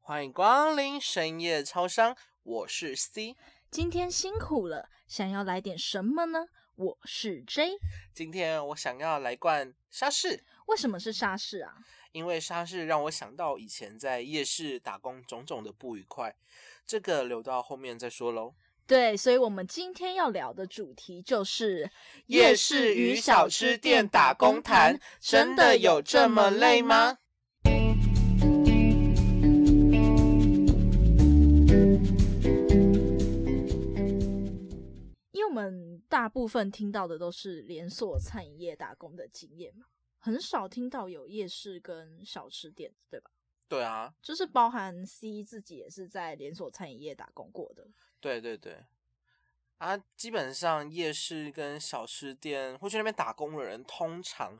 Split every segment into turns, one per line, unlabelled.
欢迎光临深夜超商，我是 C。
今天辛苦了，想要来点什么呢？我是 J。
今天我想要来罐沙士，
为什么是沙士啊？
因为沙士让我想到以前在夜市打工种种的不愉快，这个留到后面再说喽。
对，所以我们今天要聊的主题就是
夜市与小吃店打工谈，真的有这么累吗？？
因为我们大部分听到的都是连锁餐饮业打工的经验嘛，很少听到有夜市跟小吃店，对吧？
对啊，
就是包含 C 自己也是在连锁餐饮业打工过的，
对对对，啊，基本上夜市跟小吃店会去那边打工的人，通常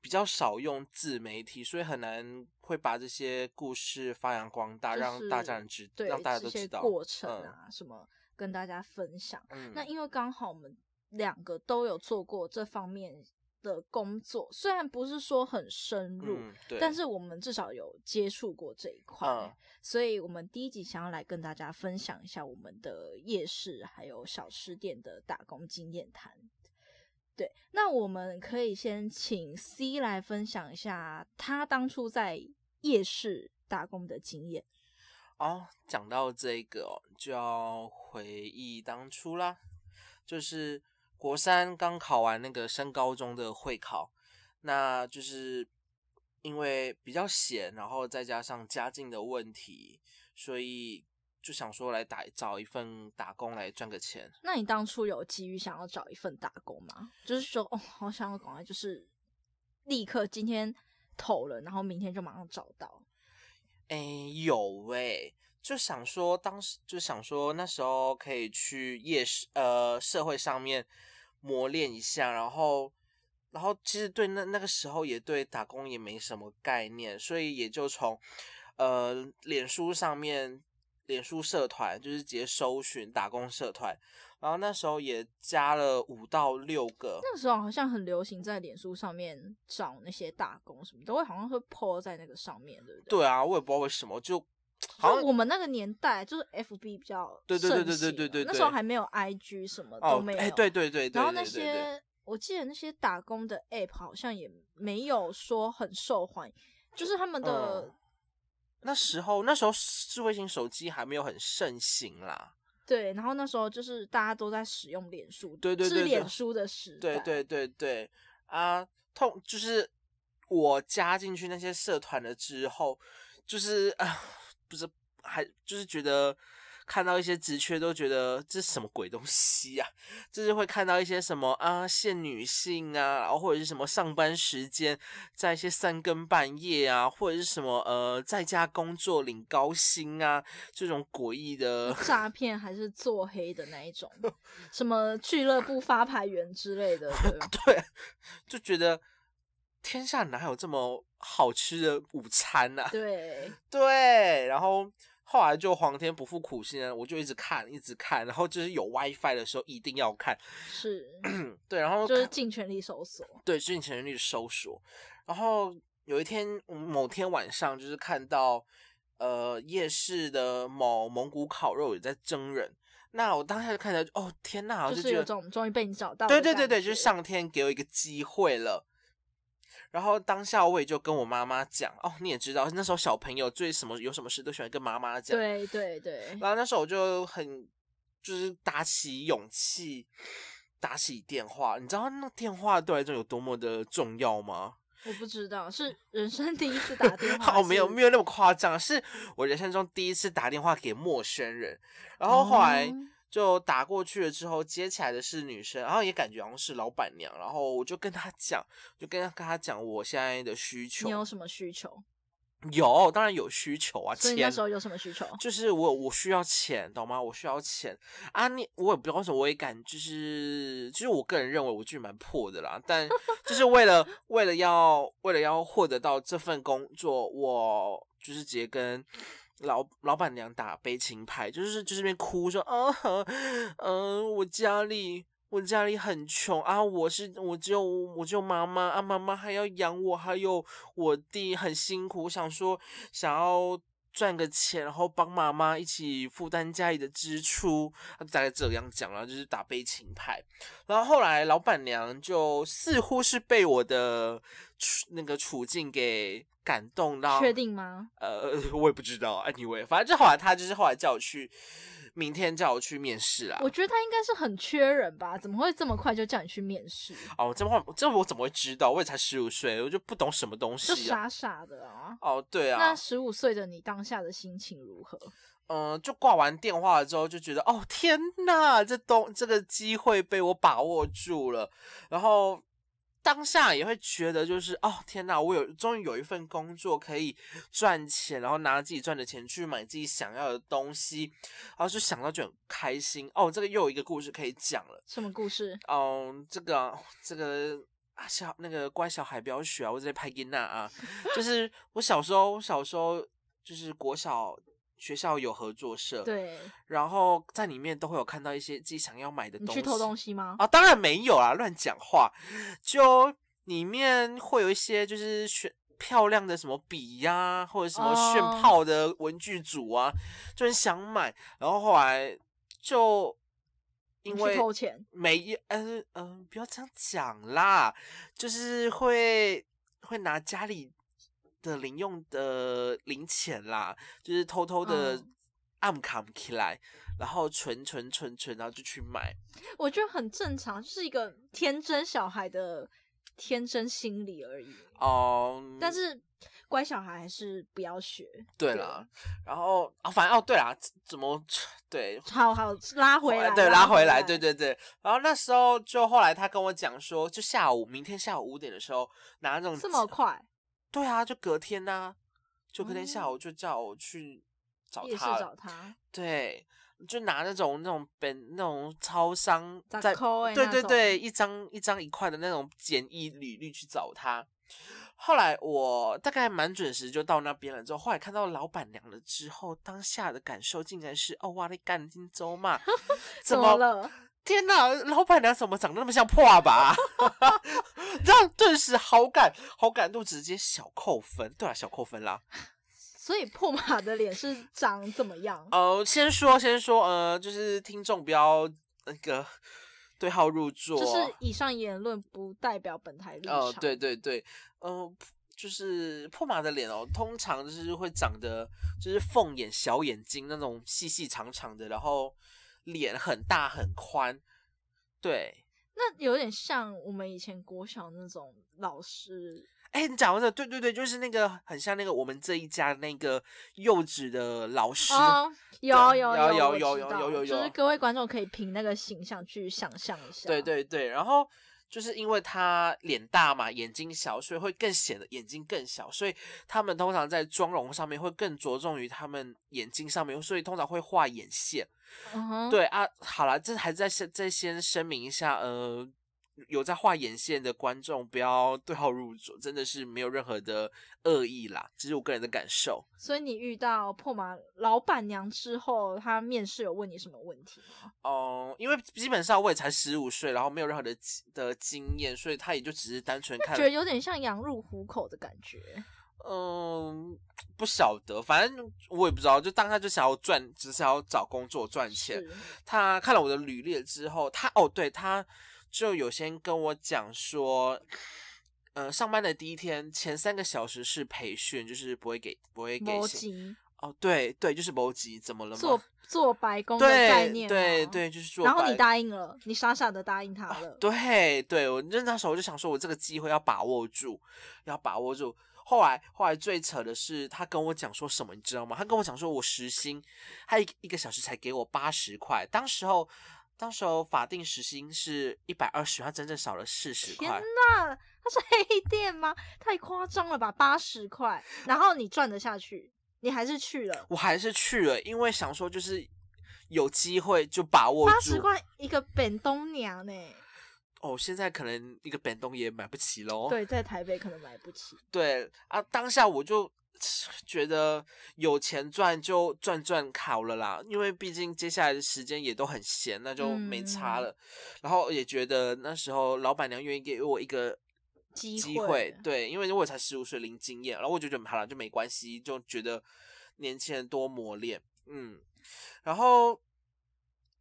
比较少用自媒体，所以很难会把这些故事发扬光大，
就是
让大家人知，
对
让大家都
这些
知道
过程。啊、什么跟大家分享。
嗯，
那
嗯
因为刚好我们两个都有做过这方面的工作，虽然不是说很深入，
嗯，对，
但是我们至少有接触过这一块，
嗯
所以我们第一集想要来跟大家分享一下我们的夜市还有小吃店的打工经验谈。对，那我们可以先请 C 来分享一下他当初在夜市打工的经验。
哦，讲到这个哦，就要回忆当初啦，就是国三刚考完那个升高中的会考，那就是因为比较闲，然后再加上家境的问题，所以就想说来打找一份打工来赚个钱。
那你当初有急于想要找一份打工吗？就是说，哦，好想要赶快，就是立刻今天投了，然后明天就马上找到。
诶，有诶，就想说当时就想说那时候可以去夜市呃社会上面磨练一下，然后然后其实对那那个时候也对打工也没什么概念，所以也就从呃脸书上面。脸书社团就是直接搜寻打工社团，然后那时候也加了五到六个，
那个时候好像很流行在脸书上面找那些打工什么，都会好像会 po 在那个上面，对不对？
对啊，我也不知道为什么，就好
就
像
我们那个年代，就是 FB 比较
对对对对
盛行
对对对对
那时候还没有 IG 什么都
哦
没，有。
哎、对对对对对，
然后那
对对
些，我记得那些打工的 app 好像也没有说很受欢迎，就是他们的、
嗯那时候那时候智慧型手机还没有很盛行啦，
对，然后那时候就是大家都在使用脸书，
对对对
是
对
脸书的时代，
对对对对啊，痛就是我加进去那些社团了之后，就是啊，不是还就是觉得看到一些职缺都觉得这是什么鬼东西呀、就是会看到一些什么啊限女性啊，然后或者是什么上班时间在一些三更半夜啊，或者是什么呃在家工作领高薪啊这种诡异的。
诈骗还是做黑的那一种，什么俱乐部发牌员之 类的，对吧？
对，就觉得天下哪有这么好吃的午餐呐、啊？
对，
对，然后后来就皇天不负苦心人，我就一直看，一直看，然后就是有 WiFi 的时候一定要看，
是，
对，然后
就是
看
尽全力搜索。
对尽全力搜索，然后有一天嗯某天晚上就是看到呃夜市的某蒙古烤肉也在蒸人，那我当下就看到哦天呐，我
就
就是觉
有
得
种终于被你找到的
对
感觉，
对对对，就是上天给我一个机会了。然后当下我也就跟我妈妈讲，哦，你也知道，那时候小朋友最什么有什么事都喜欢跟妈妈讲。
对对对，
然后那时候我就很就是打起勇气，打起电话。你知道那电话对我来说有多么的重要吗？
我不知道是人生第一次打电话，
哦，没有没
有，
有那么夸张，是我人生中第一次打电话给陌生人。然后后来。
嗯
就打过去了之后，接起来的是女生，然后也感觉好像是老板娘，然后我就跟她讲，就跟跟她讲我现在的需求
你，有什么需求？
有当然有需求啊，
所以你那
钱
时候有什么需求？
就是我我需要钱，懂吗？我需要钱啊！你我也不知道为什么，我也敢就是，其实我个人认为我自己蛮破的啦，但就是为了为了要为了要获得到这份工作，我就是直接跟。老老板娘打悲情牌，就是就是那边哭说，啊，嗯、我家里我家里很穷啊，我是我只有我只有妈妈啊，妈妈还要养我，还有我弟很辛苦，想说想要赚个钱，然后帮妈妈一起负担家里的支出，他大概这样讲然后就是打悲情牌。然后后来老板娘就似乎是被我的处那个处境给感动到，
确定吗？
呃， 我也不知道，anyway，反正就后来他就是后来叫我去，明天叫我去面试啦。
我觉得他应该是很缺人吧，怎么会这么快就叫你去面试？
哦，这话这我怎么会知道？我也才十五岁，我就不懂什么东
就
西啊。
傻傻的啊。
哦，对
那
啊，
十五岁的你当下的心情如何？
嗯、就挂完电话了之后就觉得，哦天呐，这东这个机会被我把握住了，然后当下也会觉得就是，哦天呐，我有终于有一份工作可以赚钱，然后拿自己赚的钱去买自己想要的东西，然后就想到就很开心。哦，这个又有一个故事可以讲了。
什么故事？
哦，这个啊这个啊小那个乖小孩不要学啊，我在拍音呐啊， 就是我小时候小时候就是国小学校有合作社，，
对
然后在里面都会有看到一些自己想要买的
你
东西，
去偷东西吗？
啊，当然没有啊，乱讲话，就里面会有一些就是选。漂亮的什么笔呀、或者什么炫
哦
炮的文具组啊就很想买。然后后来就因
你
为
去偷钱，
没有，嗯、呃、嗯、不要这样讲啦，就是会会拿家里的零用的零钱啦，就是偷偷的
嗯
暗扛起来，然后存存存存，然后就去买。
我觉得很正常，就是一个天真小孩的天真心理而已。
哦、
但是乖小孩还是不要学。
对啦，然后啊、反正哦，对啦，怎么对
好好拉回来，
哦对，拉回来，
来，
对对对。然后那时候就后来他跟我讲说，就下午明天下午五点的时候拿那种
这么快，
对啊，就隔天呐、就隔天下
哦
午就叫我去找
夜市
他了，
找他，
对，就拿那种那种本那种超商
杂
在，
扣欸
对
那
对
种
对，一张一张一块的那种简易履历去找他。后来我大概蛮准时就到那边了，之后后来看到老板娘了之后，当下的感受竟然是哦哇你干金州 嘛，
怎
么
了？
天呐，老板娘怎么长得那么像破吧？ 这样顿时好感好感度直接小扣分，对啊，小扣分啦。
所以破马的脸是长怎么样？
呃，先说先说，呃，就是听众不要那个对号入座，
就是以上言论不代表本台立场。
呃，对对对，呃，就是破马的脸哦，通常就是会长得就是凤眼、小眼睛那种细细长长的，然后脸很大很宽，对，
那有点像我们以前国小那种老师，
哎、你讲到这，对对对，就是那个很像那个我们这一家那个幼稚的老师，
哦，
对
有
啊有
有
有
我
有
知
有
道
有有
就
有
是各位观众可以凭那个形象去想象一下。
对，对对，然后就是因为他脸大嘛，眼睛小，所以会更显得眼睛更小，所以他们通常在妆容上面会更着重于他们眼睛上面，所以通常会画眼线。
嗯哼，
对啊，好啦，这还在先再先声明一下，呃，有在画眼线的观众不要对号入座，真的是没有任何的恶意啦，这是我个人的感受。
所以你遇到破马老板娘之后，她面试有问你什么问题吗？
哦、因为基本上我也才十五岁，然后没有任何的经的经验，所以他也就只是单纯看
觉，得有点像羊入虎口的感觉。
嗯，不晓得，反正我也不知道，就当他就想要赚，只想要找工作赚钱。
是，
他看了我的履历之后，他哦，对，他就有先跟我讲说，呃，上班的第一天前三个小时是培训，就是不会给不会给
摩
薪
吉
哦，对对，就是谋级，怎么了
做
吗？
做白工的概
对
念，哦
对。对，就是做白。啊
然后你答应了，你傻傻的答应他了。
对对，我那那时候我就想说，我这个机会要把握住，要把握住。后来后来最扯的是，他跟我讲说什么，你知道吗？他跟我讲说，我时薪，他一一个小时才给我八十块，当时候。当时候法定时薪是一百二十，他真正少了四十
天
块。
呐，它是黑店吗？太夸张了吧，八十块，然后你赚得下去，你还是去了。
我还是去了，因为想说就是有机会就把握
八十
住。
块一个本东娘呢、
哦，现在可能一个本东也买不起喽。
对，在台北可能买不起。
对啊，当下我就觉得有钱赚就赚赚好了啦，因为毕竟接下来的时间也都很闲，那就没差
嗯
了。然后也觉得那时候老板娘愿意给我一个
机
机
会
对，因为我才十五岁零经验，然后我就觉得好了就没关系，就觉得年轻人多磨练，嗯，然后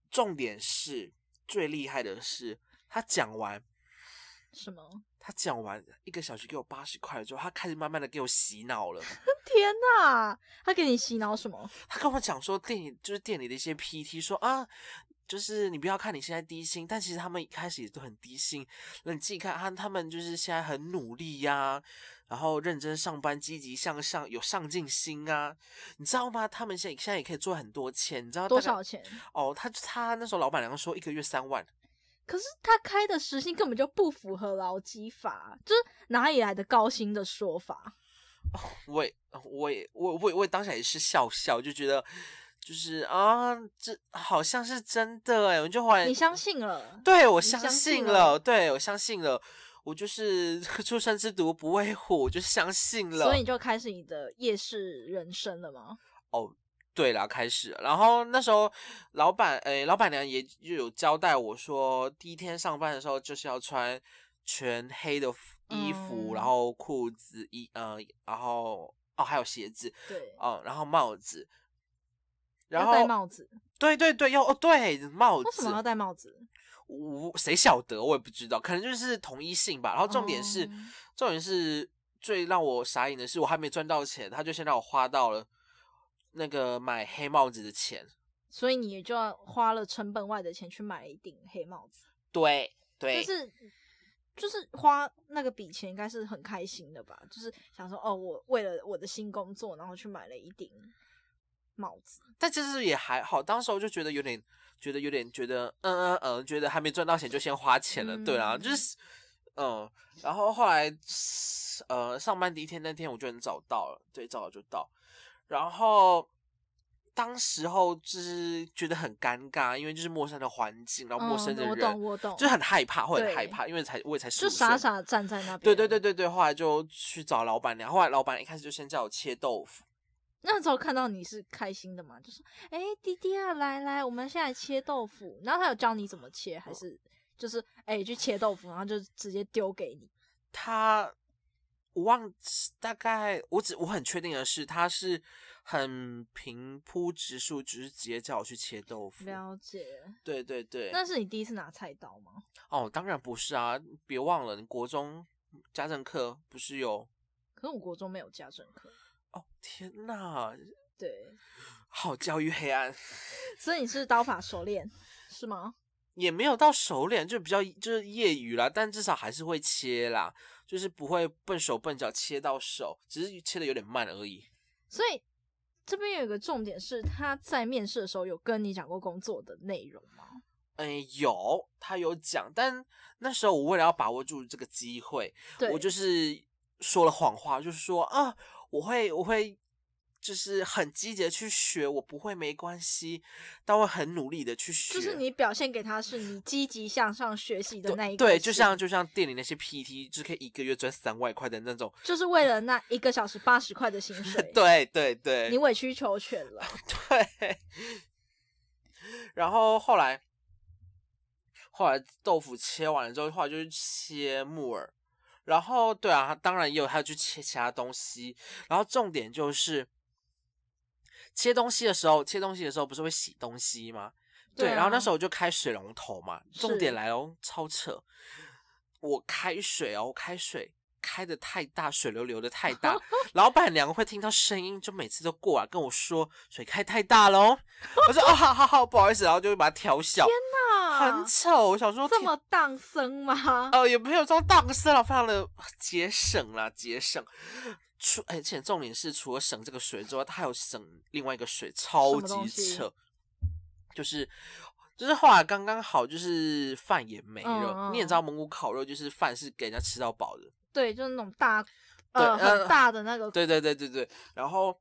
重点是最厉害的是他讲完，
什么？
他讲完一个小时给我八十块之后，他开始慢慢的给我洗脑了。
天哪，他给你洗脑什么？
他跟我讲说店里就是店里的一些 PT 说啊，就是你不要看你现在低薪，但其实他们一开始也都很低薪。那你自己看，他他们就是现在很努力呀、然后认真上班，积极向上，有上进心啊，你知道吗？他们现在现在也可以赚很多钱，你知道大
多
概
少？钱？
哦，他他那时候老板娘说一个月三万，
可是他开的时薪根本就不符合劳基法，就是哪里来的高薪的说法？
我也我也我我也我也当下也是笑笑，就觉得就是啊，这好像是真的哎、我就忽然
你相信了？
对，我
你
相
相信
信
了
了，对我相信了，我就是 出生之犊不畏虎，我就相信了。
所以你就开始你的夜市人生了吗？
对啦，开始了。然后那时候，老板，诶、老板娘也就有交代我说，第一天上班的时候就是要穿全黑的服衣服，然
嗯
后裤子衣，呃，然后哦，还有鞋子，
对，
哦，然后帽子，然
要戴
后
帽子。
对对对，要哦对帽
为什么要
子，
戴帽子？
我谁晓得我也不知道，可能就是统一性吧。然后重点是。
哦
重点是最让我傻眼的是，我还没赚到钱，他就先让我花到了那个买黑帽子的钱。
所以你就要花了成本外的钱去买一顶黑帽子，
对对
但，是就是花那个笔钱应该是很开心的吧？就是想说哦，我为了我的新工作，然后去买了一顶帽子。
但其实也还好，当时我就觉得有点，觉得有点，觉得嗯嗯嗯，觉得还没赚到钱就先花钱了，对啊，
嗯
就是嗯，然后后来呃上班第一天那天我就很早到了，对，早早就到，然后。当时候就是觉得很尴尬，因为就是陌生的环境，啊然后陌生的
嗯、
人，
我懂，我懂，
就很害怕，会很害
对
怕，因为才我也才十
就
五岁
傻
嘛。
傻站在那边。
对对对。对对，后来就去找老板娘，后来老板一开始就先叫我切豆腐，
那时候看到你是开心的嘛？就说哎、弟弟啊，来来，我们现在切豆腐。然后他有教你怎么切，
哦
还是就是哎、去切豆腐，然后就直接丢给你。
他我忘大概我只我很确定的是，他是很平铺直述，只是直接叫我去切豆腐。
了解。
对对对，
那是你第一次拿菜刀吗？
哦，当然不是啊，别忘了你国中家政课不是有
可是我国中没有家政课，
哦，天哪，
对，
好教育黑暗。
所以你是刀法熟练是吗？
也没有到熟练，就比较就是业余啦，但至少还是会切啦，就是不会笨手笨脚切到手，只是切的有点慢而已。
所以这边有一个重点是，他在面试的时候有跟你讲过工作的内容吗？
嗯，有他有讲，但那时候我为了要把握住这个机会，
对，
我就是说了谎话，就是说啊，我会我会就是很积极的去学，我不会没关系，但会很努力的去学。
就是你表现给他是你积极向上学习的那一个
对，就
事
像就像店里那些 PT，就是可以一个月赚三万块的那种。
就是为了那一个小时八十块的薪水，
对对对，
你委曲求全 了。
对。然后后来，后来豆腐切完了之后，后来就是切木耳。然后对啊，当然也有还有去切其他东西。然后重点就是，切东西的时候，切东西的时候不是会洗东西吗？对，然后那时候
候
我就开水龙头嘛。重点
是
来哦，超扯！我开水哦，我开水开的太大，水流流的太 大，老板娘会听到声音，就每次都过来跟我说水开太大喽。我说哦，好好好，不好意思，然后就会把它调小，很丑。我想说
啊这
天
么荡生吗？
呃，也没有说荡失了，非常的节省啦，节省。除而且重点是，除了省这个水之外，它还有省另外一个水，超
么东
级
西
扯，就是就是后来刚刚好，就是饭也没了。
嗯嗯
你也知道，蒙古烤肉就是饭是给人家吃到饱的，
对，就是那种大呃
对呃
很大的那个
对对对对对。然后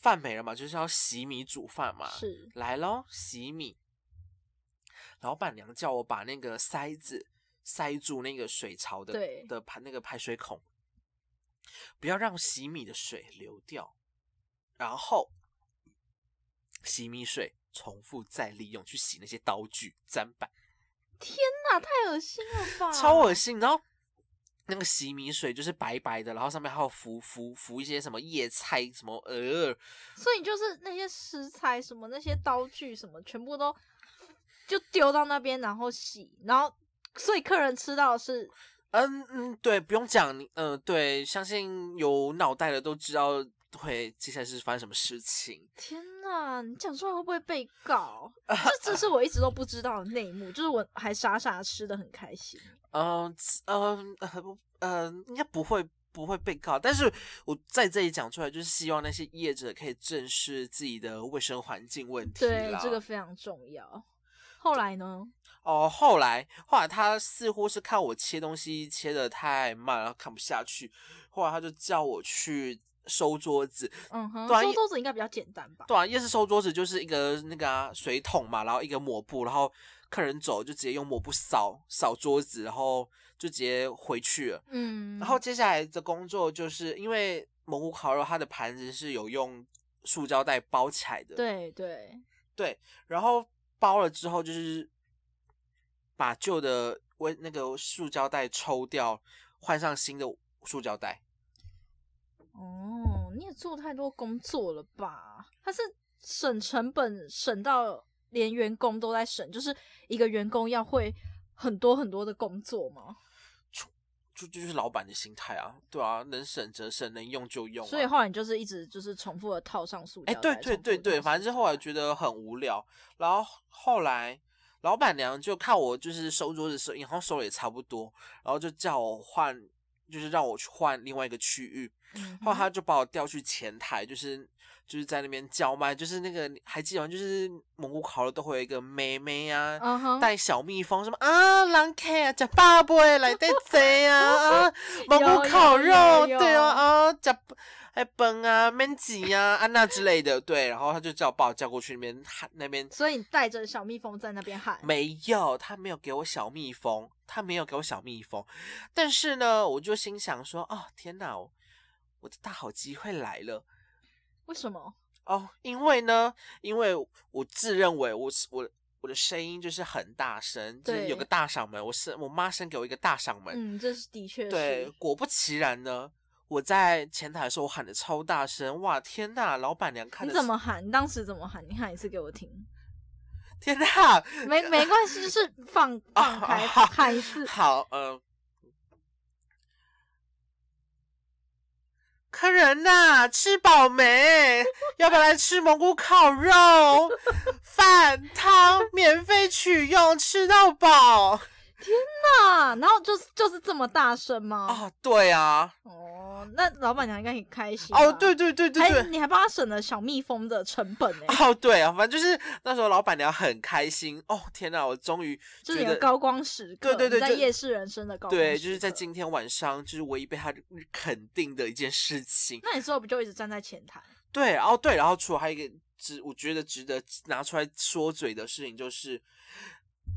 饭没了嘛，就是要洗米煮饭嘛，
是
来喽，洗米。老板娘叫我把那个塞子塞住那个水槽的
对
的排那个排水孔，不要让洗米的水流掉，然后洗米水重复再利用去洗那些刀具、砧板，
那太恶心了吧？
超恶心。然后那个洗米水就是白白的，然后上面还有浮浮浮一些什么叶菜、什么鹅，
所以就是那些食材什么那些刀具什么，全部都就丢到那边，然后洗，然后所以客人吃到的是
嗯嗯，对，不用讲，你嗯、对，相信有脑袋的都知道会接下来是发生什么事情。
天哪，你讲出来会不会被 告？这这是我一直都不知道的内幕，就是我还傻傻吃的很开心。
嗯嗯呃不呃，应该不会不会被告，但是我在这里讲出来，就是希望那些业者可以正视自己的卫生环境问题
对
啦，
这个非常重要。后来呢？
哦，后来后来他似乎是看我切东西切的太慢，然后看不下去，后来他就叫我去收桌子。
嗯哼，
对啊
收
也
桌子应该比较简单吧？
对啊，夜市收桌子就是一个那个啊、水桶嘛，然后一个抹布，然后客人走就直接用抹布扫扫桌子，然后就直接回去了。
嗯，
然后接下来的工作就是因为蒙古烤肉，它的盘子是有用塑胶袋包起来的，
对对，
对，然后包了之后就是把旧的微那个塑胶袋抽掉，换上新的塑胶袋。
哦，你也做太多工作了吧？他是省成本省到连员工都在省，就是一个员工要会很多很多的工作嘛。
就就是老板的心态啊，对啊，能省则省，能用就用、啊。
所以后来你就是一直就是重复的套上塑胶
哎，
袋。
对对
重复
对
地
对，
套
反正
塑
是
胶
后来
袋
觉得很无聊，然后后来老板娘就看我就是收桌子收，然后收的也差不多，然后就叫我换，就是让我去换另外一个区域。
嗯
后来
哼
他就把我调去前台，就是就是在那边叫卖，就是那个还记得吗？就是蒙古烤肉都会有一个妹妹啊，
嗯哼，
带小蜜蜂什么啊，狼 K 啊，吃饱未来得贼 啊啊，蒙古烤肉
有有有
对啊啊，吃还崩啊，面子啊，安娜之类的，对，然后他就叫我把我叫过去那边喊那边，
所以你带着小蜜蜂在那边喊，
没有，他没有给我小蜜蜂，他没有给我小蜜蜂，但是呢，我就心想说，哦，天哪，我我的大好机会来了。
为什么？
哦，因为呢，因为我自认为我是我我的声音就是很大声，就是有
对
个大嗓门，我是我妈生给我一个大嗓门。
嗯，这是的确
对
是，，
果不其然呢，我在前台的时候我喊的超大声，哇天呐，老板娘看
你
的
怎么喊？你当时怎么喊？你喊一次给我 听。
天呐，
没没关系，就是 放放开喊一次。
好，呃，客人呐、吃饱没？要不要来吃蒙古烤肉？ 饭汤免费取用，吃到饱
啊，然后就是就是这么大声吗？
啊！对啊，
哦，那老板娘应该很开心吧。
哦，对对对对
还
对。
你还帮他省了小蜜蜂的成本欸呢、
哦，对啊，反正就是那时候老板娘很开心哦，天哪，我终于
就
觉
是你的
得
高光时刻，
对对对
你在
就
夜市人生的高光时刻。
对，就是在今天晚上，就是唯一被他肯定的一件事情。
那你之后不就一直站在前台？
对，然后对，然后除了还有一个值，我觉得值得拿出来说嘴的事情，就是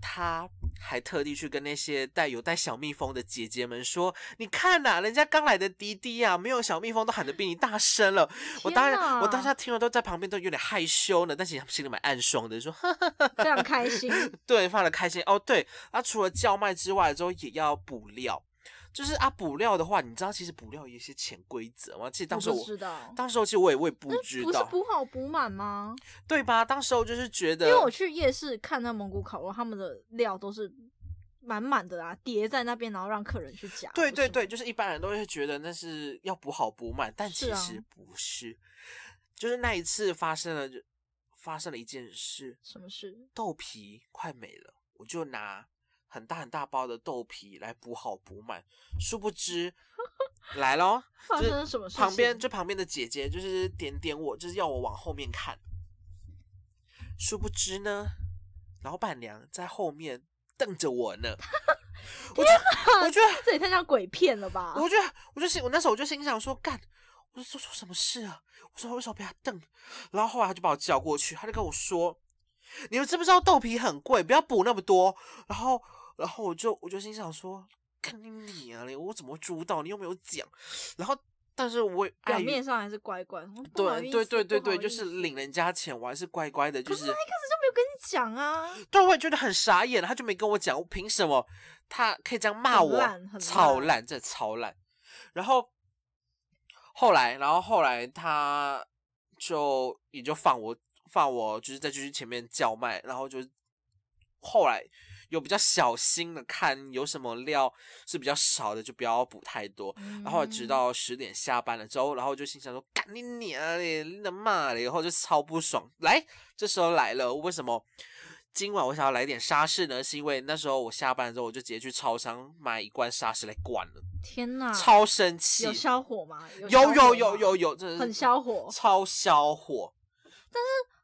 他还特地去跟那些带有带小蜜蜂的姐姐们说：“你看呐、人家刚来的弟弟啊，没有小蜜蜂都喊得比你大声了。”我当
天哪
然，我当下听了都在旁边都有点害羞呢，但其实心里蛮暗爽的，说：“呵呵呵
非常开心。
对，放的开心哦。对，那、除了叫卖之外，之后也要补料。就是啊，补料的话，你知道其实补料有一些潜规则吗？其实 当时
我
我
不知道，
当时候其实我也我也不
那
知
不是
道，
补好补满吗？
对吧？当时候就是觉得，
因为我去夜市看那蒙古烤肉，他们的料都是满满的啊，叠在那边，然后让客人去夹。
对
不
对
是吗
对，就是一般人都会觉得那是要补好补满，但
是
其
啊
实不是。就是那一次发生了，发生了一件事，
什么事？
豆皮快没了，我就拿很大很大包的豆皮来补好补满，殊不 知来咯，
发
就是
生了什么事情？
旁边就旁边的姐姐就是点点我，就是要我往后面看。殊不知呢，老板娘在后面瞪着我呢。我觉得，我觉得，
这也太像鬼片了吧？
我觉得，我就心，我那时候我就心想说，干，我说出什么事啊？我说我为什么被他瞪？然后后来他就把我叫过去，他就跟我说，你们知不知道豆皮很贵，不要补那么多。然后，然后我就我就心想说，干你你啊，我怎么会知道？你又没有讲。然后但是我也
表
碍于
面上还是乖乖。哦不好
对
意
对
思
对对
不好
对，就
意
是
思
领人家钱，我还是乖乖的，就
可
是
是他一开始就没有跟你讲啊，
对，我也觉得很傻眼，他就没跟我讲，我凭什么他可以这样骂
很
我
烂？很
超
烂
烂，真的超烂。然后后来，然后后来他就也就放我放我，就是再继续前面叫卖，然后就后来有比较小心的看有什么料是比较少的，就不要补太多。然后
嗯
直到十点下班了之后，然后我就心想说：“干你娘嘞，你的骂嘞！”然后就超不爽。来，这时候来了，为什么今晚我想要来点沙士呢？是因为那时候我下班之后，我就直接去超商买一罐沙士来灌了，
嗯天哪，
超生气
有。消火吗？
有有
有
有有
有，
有，真的是
很消火。
超消火。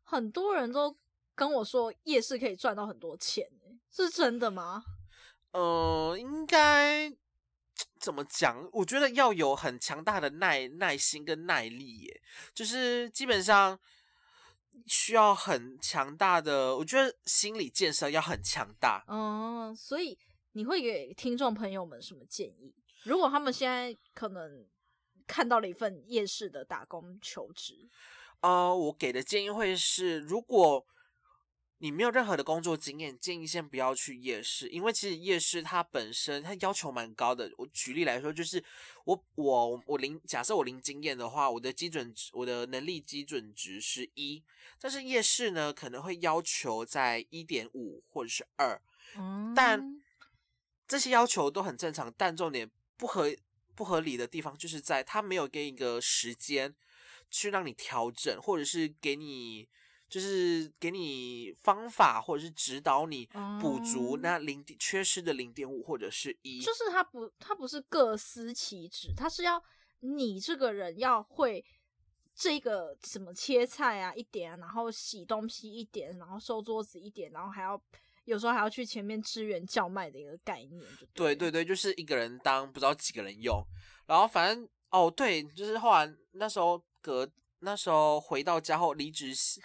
很多人都跟我说夜市可以赚到很多钱、欸是真的吗？
嗯、应该怎么讲？我觉得要有很强大的耐耐心跟耐力耶，就是基本上需要很强大的，我觉得心理建设要很强大。
哦、所以你会给听众朋友们什么建议？如果他们现在可能看到了一份夜市的打工求职，
呃，我给的建议会是，如果你没有任何的工作经验，建议先不要去夜市，因为其实夜市它本身它要求蛮高的。我举例来说，就是我我我零假设我零经验的话，我的基准值我的能力基准值是一，但是夜市呢可能会要求在一点五或者是二，
嗯，
但这些要求都很正常，但重点不合不合理的地方就是在他没有给你一个时间去让你调整，或者是给你就是给你方法，或者是指导你补足
哦
那零点缺失的零点五或者是一。
就是他不，他不是各司其职，他是要你这个人要会这个什么切菜啊一点啊，然后洗东西一点，然后收桌子一点，然后还要有时候还要去前面支援叫卖的一个概念就
对
对
对对，就是一个人当不知道几个人用，然后反正哦对，就是后来那时候隔那时候回到家后离职是，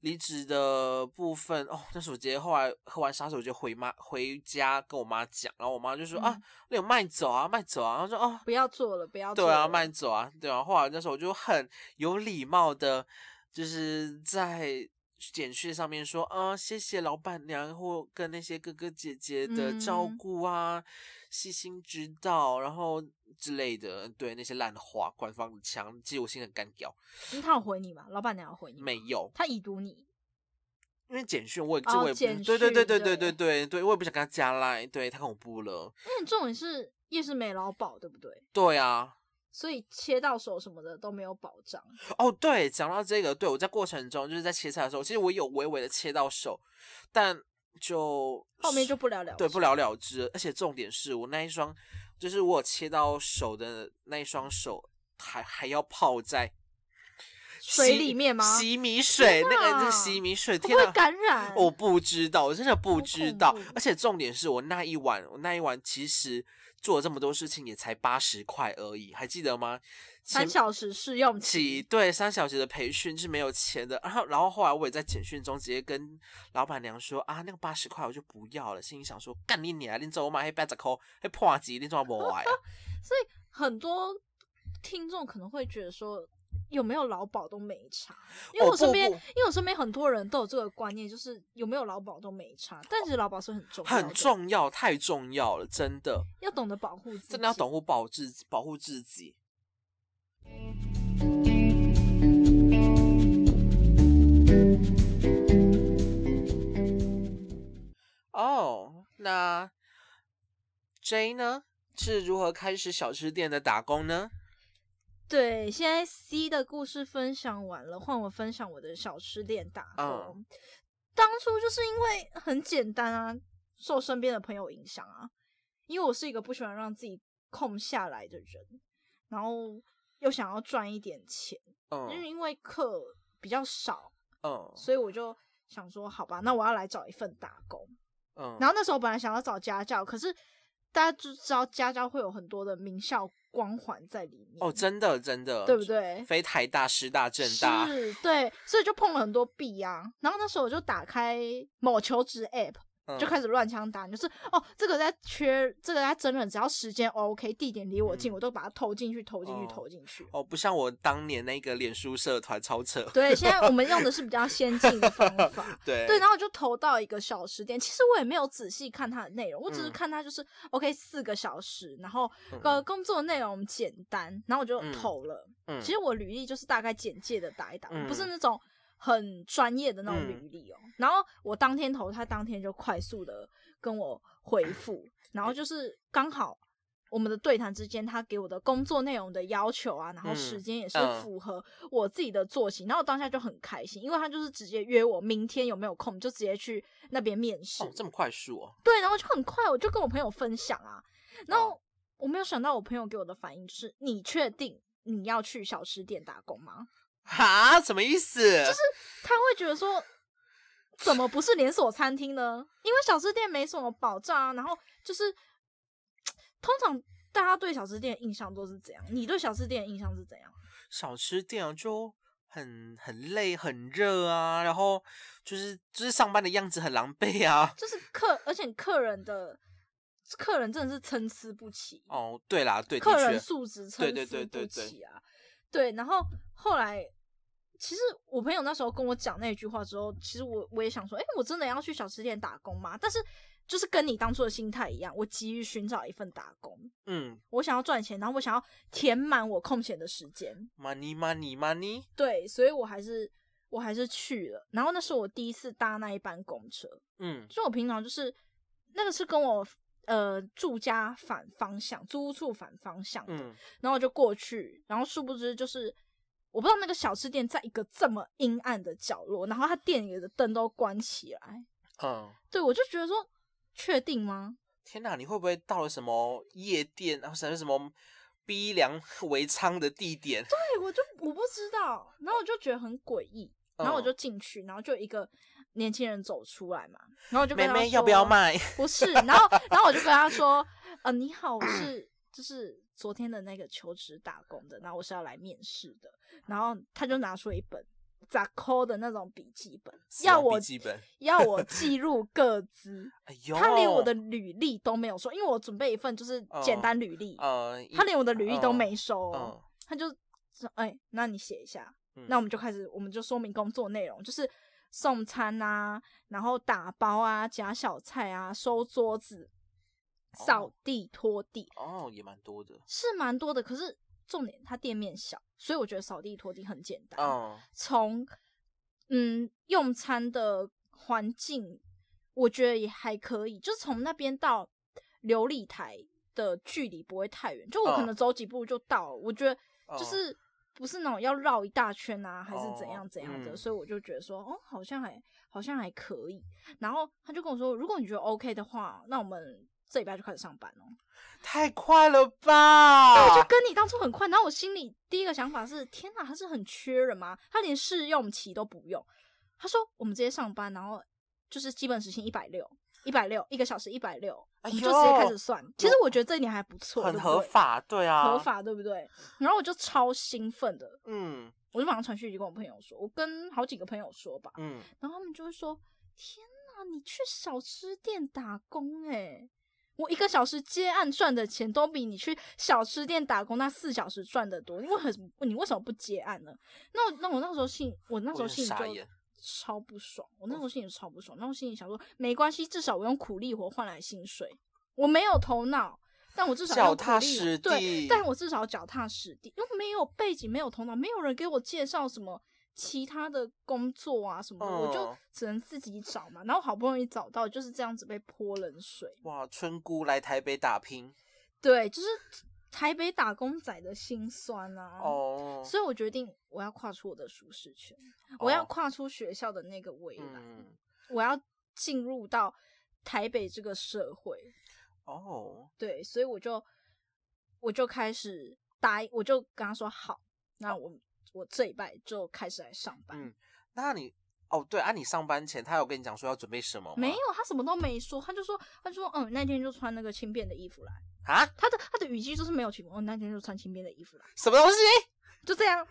离职的部分哦，那时候我直接后来喝完沙士我就回妈回家跟我妈讲，然后我妈就说、啊
嗯，
那有卖走啊卖走啊，然后说哦
不要做了，不要做
对啊，
了
慢走啊，对啊。后来那时候我就很有礼貌的，就是在简讯上面说，啊、谢谢老板娘或跟那些哥哥姐姐的照
嗯
顾啊，细心指导，然后之类的，对那些烂话，官方的腔，其实我心里很干掉。
嗯他有回你吗？老板娘有回你吗？
没有，
他已读你，
因为简讯我也，这
哦
我也不、
简
对对对对
讯
对对
对
对对，我也不想跟他加赖，对太恐怖了。
因为重点是夜市没劳保，对不对？
对啊，
所以切到手什么的都没有保障。
哦，对，讲到这个，对我在过程中就是在切菜的时候，其实我有微微的切到手，但就
后面
是
就不了了
对不
之
了了之了。而且重点是我那一双，就是我有切到手的那一双手，还还要泡在
水
洗
里面吗
洗米水，那个那
哪
是洗米水，
会
天
不会
哪！
感染？
我不知道，我真的不
好
知
恐
道
怖。
而且重点是我那一晚，我那一晚其实做了这么多事情也才八十块而已，还记得吗？前
三小时试用
起
期，
对三小时的培训是没有钱的，然后然后后来我也在简讯中直接跟老板娘说啊，那个八十块我就不要了，心里想说干你娘，你走嘛，黑八十块，黑破级，你怎么不来啊？
所以很多听众可能会觉得说。有没有劳保都没差，因为
哦
我身
不
边，
不
因为我身边很多人都有这个观念，就是有没有劳保都没差，但是劳保是很重要的，
很重要，太重要了，真的，
要懂得保护自己，
真的要懂。护保自保护自己。哦，那 J 呢是如何开始小吃店的打工呢？
对，现在 C 的故事分享完了，换我分享我的小吃店打工。
嗯
当初就是因为很简单啊，受身边的朋友影响啊，因为我是一个不喜欢让自己空下来的人，然后又想要赚一点钱，因
嗯
为因为课比较少，
嗯
所以我就想说，好吧，那我要来找一份打工。
嗯，
然后那时候本来想要找家教，可是大家就知道家教会有很多的名校光环在里面
哦，真的真的，
对不？对？
非台大、师大、政大，
是，对，所以就碰了很多壁啊。然后那时候我就打开某求职 App，
嗯
就开始乱枪打，你就是哦，这个在缺，这个在真人，只要时间 OK，地点离我近，
嗯
我都把它投进去，投进去，
哦
投进去。
哦，不像我当年那个脸书社团超扯，
对，现在我们用的是比较先 进的方法。
对
对，然后我就投到一个小时点。其实我也没有仔细看它的内容，我只是
嗯
看它就是 OK 四个小时，然后
嗯
呃工作内容简单，然后我就
嗯
投了。
嗯
其实我履历就是大概简介的打一打，
嗯
不是那种很专业的那种履历哦。然后我当天投，他当天就快速的跟我回复，然后就是刚好。我们的对谈之间，他给我的工作内容的要求啊，然后
嗯
时间也是
嗯
符合我自己的作息，然后我当下就很开心，因为他就是直接约我明天有没有空，就直接去那边面试。
哦这么快速哦，
对，然后就很快，我就跟我朋友分享啊，然
哦
后我没有想到我朋友给我的反应是：你确定你要去小吃店打工吗？
哈，什么意思？就是
他会觉得说，怎么不是连锁餐厅呢？因为小吃店没什么保障啊。然后就是，通常大家对小吃店的印象都是怎样？你对小吃店的印象是怎样？
小吃店啊就很很累很热啊，然后就是就是上班的样子很狼狈啊。
就是客，而且客人的客人真的是参差不齐
哦，对啦，对，
客
的
人
确，
素质参
对对
差
对
不
对对
齐啊。对，然后后来，其实我朋友那时候跟我讲那句话之后，其实我我也想说，哎，我真的要去小吃店打工吗？但是就是跟你当初的心态一样，我急于寻找一份打工，
嗯
我想要赚钱，然后我想要填满我空闲的时间。
，money money money，
对，所以我还是我还是去了。然后那是我第一次搭那一班公车，
嗯
就我平常就是那个是跟我呃住家反方向，租屋处反方向的。
嗯，
然后我就过去，然后殊不知就是我不知道那个小吃店在一个这么阴暗的角落，然后它店里的灯都关起来，
嗯，
对我就觉得说，确定吗？
天哪，你会不会到了什么夜店，啊然后什么什么逼良为娼的地点？
对，我就我不知道，然后我就觉得很诡异，
嗯
然后我就进去，然后就一个年轻人走出来嘛，然后我就跟
妹
他
妹
说
要不要？卖？
不是，然后然后我就跟他说，呃，你好，我是就是昨天的那个求职打工的，然后我是要来面试的，然后他就拿出一本杂扣的那种笔记本，
死
要
亡笔
我
记本
要我记录各资，
哎呦，
他连我的履历都没有收，因为我准备一份就是简
哦
单履历，
呃，
他连我的履历都
嗯
没收哦、
嗯
他就说哎，那你写一下，
嗯
那我们就开始，我们就说明工作内容，就是送餐啊，然后打包啊，夹小菜啊，收桌子、扫
哦
地、拖地，
哦也蛮多的，
是蛮多的。可是重点，它店面小，所以我觉得扫地拖地很简单。
嗯
从嗯用餐的环境，我觉得也还可以，就是从那边到琉璃台的距离不会太远，就我可
嗯
能走几步就到了。我觉得
嗯
就是不是那种要绕一大圈啊，还是怎样
哦
怎样的，
嗯
所以我就觉得说，哦，好像还好像还可以。然后他就跟我说，如果你觉得 OK 的话，那我们。这礼拜就开始上班哦，
太快了
那我
吧
就？跟你当初很快。然后我心里第一个想法是：天哪，他是很缺人吗？他连试用期都不用。他说我们直接上班，然后就是基本时薪一百六，一百六一个小时一百六，我
哎
们就直接开
呦
始算。其实我觉得这一点还不错，
很
对不
合
对，
法，对啊，
合，法对不对？然后我就超兴奋的，
嗯
我就马上传讯息跟我朋友说，我跟好几个朋友说吧，
嗯，
然后他们就会说：“天哪，你去小吃店打工诶、我一个小时接案赚的钱都比你去小吃店打工那四小时赚的多，你为何你为什么不接案呢？”那我那我那时候心我那时候
我也
心里
傻
就
眼哦
超不爽，我那时候心里超不爽，那我心里想说没关系，至少我用苦力活换来薪水，我没有头脑。但我至少
脚
用苦
踏
力活
实
对，
地
但我至少脚踏实地，因为没有背景，没有头脑，没有人给我介绍什么其他的工作啊什么的，我就
嗯
只能自己找嘛。然后好不容易找到，就是这样子被泼冷水。
哇，村姑来台北打拼
对，就是台北打工仔的辛酸啊。
哦，
所以我决定我要跨出我的舒适圈，我要
哦
跨出学校的那个围栏，
嗯
我要进入到台北这个社会。
哦，
对，所以我就我就开始答应，我就跟他说好，那我我这礼拜就开始来上班。
嗯那你哦对啊，你上班前他有跟你讲说要准备什么吗？
没有，他什么都没说，他就说，他就说，嗯，那天就穿那个轻便的衣服来。
啊，
哦他的他的语气就是没有情况，我那天就穿轻便的衣服来。
什么东西？
就这样。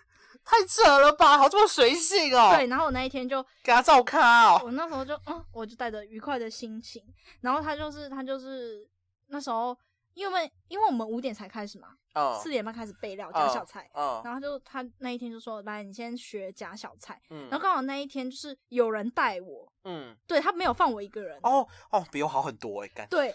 太扯了吧，好这么随性哦。
对，，然后我那一天就
给他照咖哦。
我那时候就嗯，我就带着愉快的心情，然后他就是他就是那时候，因为我们因为我们五点才开始嘛，
嗯，
四点半开始备料夹小菜，
嗯
然后他就他那一天就说来你先学夹小菜，
嗯，
然后刚好那一天就是有人带我，
嗯，
对他没有放我一个人，
哦哦，比我好很多哎、欸，干。
对，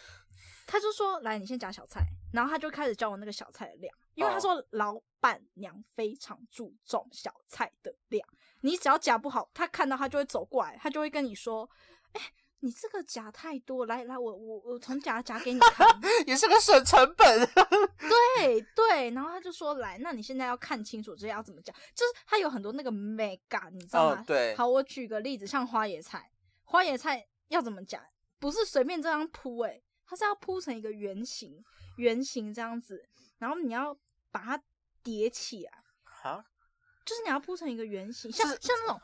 他就说来你先夹小菜，然后他就开始教我那个小菜的量，因为他
哦
说老板娘非常注重小菜的量，你只要夹不好，他看到他就会走过来，他就会跟你说，哎、你这个夹太多，来来，我我我重夹夹给你看。
也是个省成 本。
对对，然后他就说来，那你现在要看清楚这要怎么讲，就是他有很多那个 mega，你知道
哦
吗？
对
好，我举个例子，像花椰菜，花椰菜要怎么讲？不是随便这样铺，诶，它是要铺成一个圆形，圆形这样子，然后你要把它叠起来，
啊，
就是你要铺成一个圆形，像
是
像那种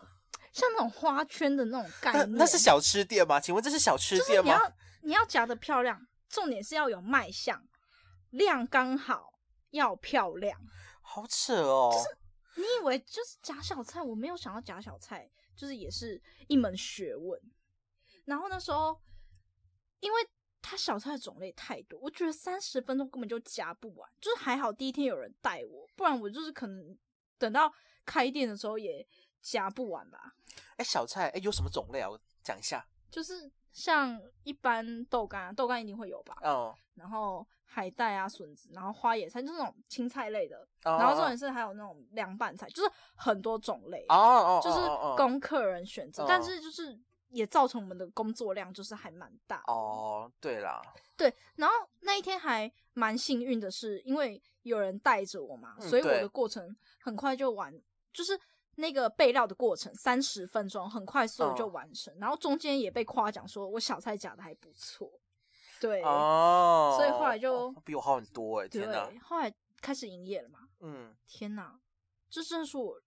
像那种花圈的那种概
那
念。
那是小吃店吗？请问这是小吃
就是
店
你
吗？
要你要夹的漂亮，重点是要有卖相，量刚好，要漂亮。
好扯哦。
你以为就是夹小菜？我没有想到夹小菜就是也是一门学问。然后那时候，因为它小菜的种类太多，我觉得三十分钟根本就夹不完。就是还好第一天有人带我，不然我就是可能等到开店的时候也夹不完吧。
哎、小菜哎、有什么种类啊？我讲一下。
就是像一般豆干啊，豆干一定会有吧。
哦、
然后海带啊、笋子，然后花野菜，就是那种青菜类的。
哦
然后重点是还有那种凉拌菜，就是很多种类。
哦哦，
就是
哦哦
供客人选择，
哦
但是就是也造成我们的工作量就是还蛮大的。
哦，对啦，
对，然后那一天还蛮幸运的是，因为有人带着我嘛，
嗯
所以我
对
的过程很快就完，就是那个备料的过程三十分钟，很快速
哦
就完成。然后中间也被夸奖说我小菜夹的还不错，对、
哦，
所以后来就
哦比我好很多哎、天哪
对，，后来开始营业了嘛，
嗯，
天哪，这正是我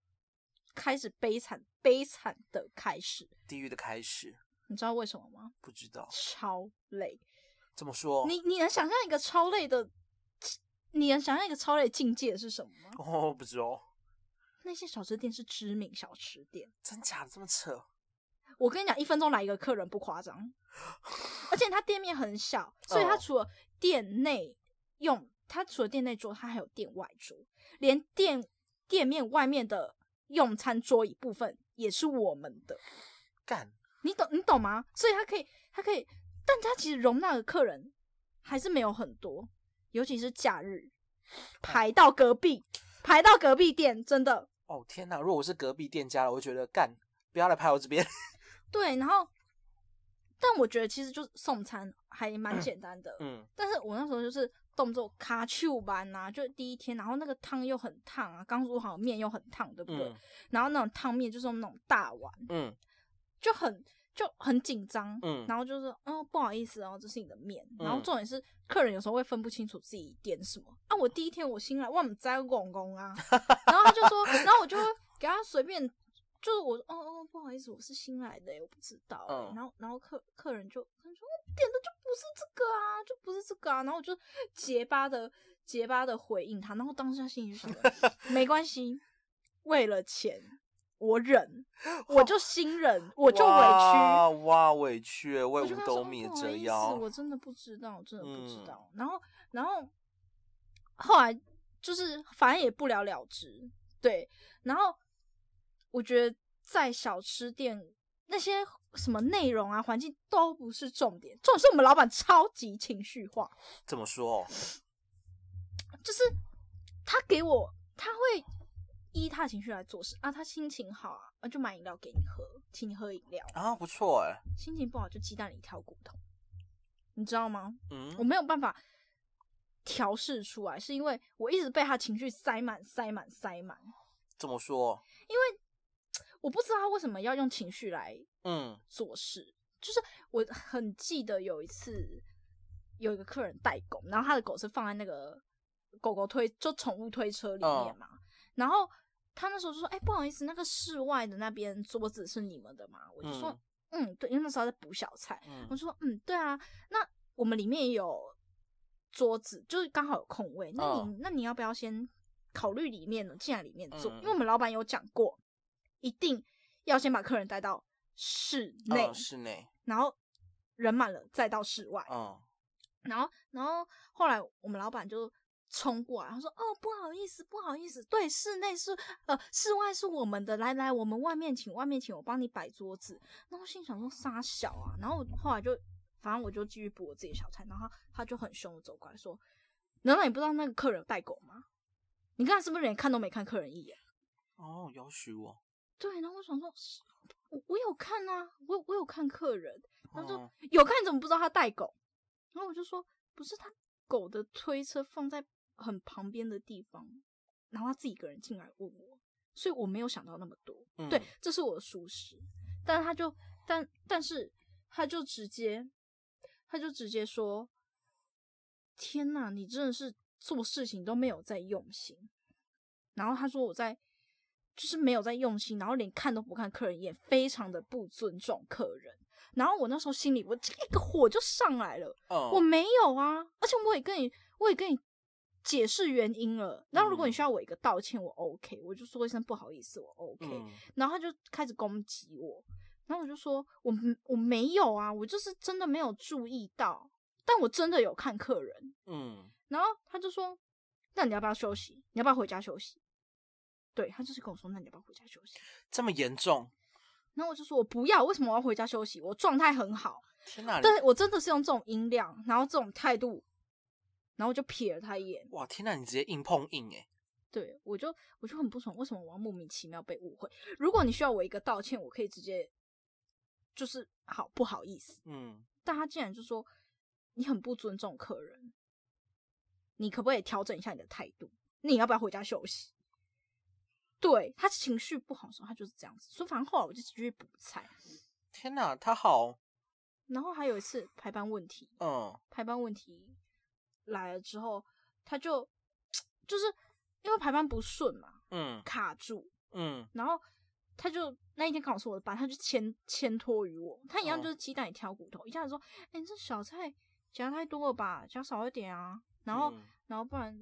开始悲惨悲惨的开始，
地狱的开始，
你知道为什么吗？
不知道
超累。
怎么说。
你你能想象一个超累的，你能想象一个超累的境界是什么吗？
哦，不知道，
那些小吃店是知名小吃店，
真假的这么扯？
我跟你讲，一分钟来一个客人不夸张，而且它店面很小，所以它
哦
除了店内用，它除了店内桌，它还有店外桌，连店店面外面的用餐桌一部分也是我们的。
干，
你懂你懂吗？所以他可以，他可以，但他其实容纳的客人还是没有很多，尤其是假日，
哦
排到隔壁，排到隔壁店，真的
哦天哪！如果我是隔壁店家了，我会觉得干，不要来拍我这边。
对。然后，但我觉得其实就是送餐还蛮简单的，
嗯，
但是我那时候就是动作卡丘班呐、就第一天，然后那个汤又很烫啊，刚煮好的面又很烫，对不对？
嗯
然后那种汤面就是用那种大碗，
嗯
就很就很紧张，
嗯
然后就是嗯不好意思哦，这是你的面，
嗯
然后重点是客人有时候会分不清楚自己点什么啊，我第一天我新来，我们在公公啊，然后他就说，然后我就会给他随便。就是我说，哦哦，不好意思，我是新来的，我不知道。
嗯
然后，然后客客人就他说，我点的就不是这个啊，就不是这个啊。然后我就结巴的结巴的回应他，然后当时他心里就想着，没关系，为了钱我忍，我 就心忍，我就委
哇
屈。
哇委屈欸，为
我
五
就跟他
斗
说哦
米
不好
折
意思，
腰。
我真的不知道，我真的不知
嗯
道。然后，然后后来就是反正也不了了之，对。然后我觉得在小吃店那些什么内容啊、环境都不是重点，重点是我们老板超级情绪化。
怎么说？
就是他给我，他会依他的情绪来做事啊。他心情好啊，啊就买饮料给你喝，请你喝饮料；
啊，不错哎、
心情不好就鸡蛋里挑骨头，你知道吗？我
嗯，
没有办法调试出来，是因为我一直被他情绪塞满、塞满、塞满。
怎么说？
我不知道他为什么要用情绪来
嗯
做事。就是我很记得有一次，有一个客人带狗，然后他的狗是放在那个狗狗推就宠物推车里面嘛，然后他那时候就说：“哎、不好意思，那个室外的那边桌子是你们的吗？”我就说：“嗯对，因为那时候在补小菜。”我
嗯
说：“嗯，对啊，那我们里面也有桌子，就是刚好有空位，那你、
嗯
那你要不要先？”考虑里面呢，进来里面做，
嗯
因为我们老板有讲过，一定要先把客人带到室内，
嗯，室内，
然后人满了再到室外。
嗯，
然后，然后后来我们老板就冲过来，他说：“哦，不好意思，不好意思，对，室内是呃，室外是我们的，来来，我们外面请，外面请，我帮你摆桌子。”那我心想说傻小啊，然后我后来就反正我就继续补我自己的小菜，然后他他就很凶的走过来说：“难道你不知道那个客人带狗吗？你刚才是不是连看都没看客人一眼
哦，要许我，？”
对，然后我想说，是我我有看啊，我有我有看客人，他说
嗯
有看你怎么不知道他带狗？然后我就说不是他狗的推车放在很旁边的地方，然后他自己一个人进来问我，所以我没有想到那么多。
嗯
对，这是我的疏失，但他就但但是他就直接他就直接说：“天呐，你真的是做事情都没有在用心。”然后他说我在就是没有在用心，然后连看都不看客人一眼，非常的不尊重客人。然后我那时候心里我这个火就上来了，
嗯，
我没有啊，而且我也跟你，我也跟你解释原因了。那如果你
嗯
需要我一个道歉，我 OK，我就说一声不好意思，我 OK。
嗯
然后他就开始攻击我，然后我就说我没我没有啊，我就是真的没有注意到，但我真的有看客人。
嗯，
然后他就说，那你要不要休息？你要不要回家休息？对他就是跟我说，那你要不要回家休息？
这么严重，
然后我就说我不要，为什么我要回家休息？我状态很好，
天哪，
但是我真的是用这种音量，然后这种态度，然后我就瞥了他一眼，
哇，天哪，你直接硬碰硬哎，
对我就我就很不爽，为什么我要莫名其妙被误会？如果你需要我一个道歉，我可以直接就是好不好意思，
嗯，
但他竟然就说你很不尊重客人，你可不可以调整一下你的态度？那你要不要回家休息？对他情绪不好的时候，他就是这样子。所以反正后来我就继续补菜，
天哪，他好，
然后还有一次排班问题，
嗯
排班问题来了之后，他就就是因为排班不顺嘛，
嗯
卡住，
嗯
然后他就那一天刚好是我的班，他就牵牵拖于我，他一样
哦
就是鸡蛋里挑骨头，一下子说：“哎、你这小菜夹太多了吧，夹少一点啊。”然后、
嗯
然后不然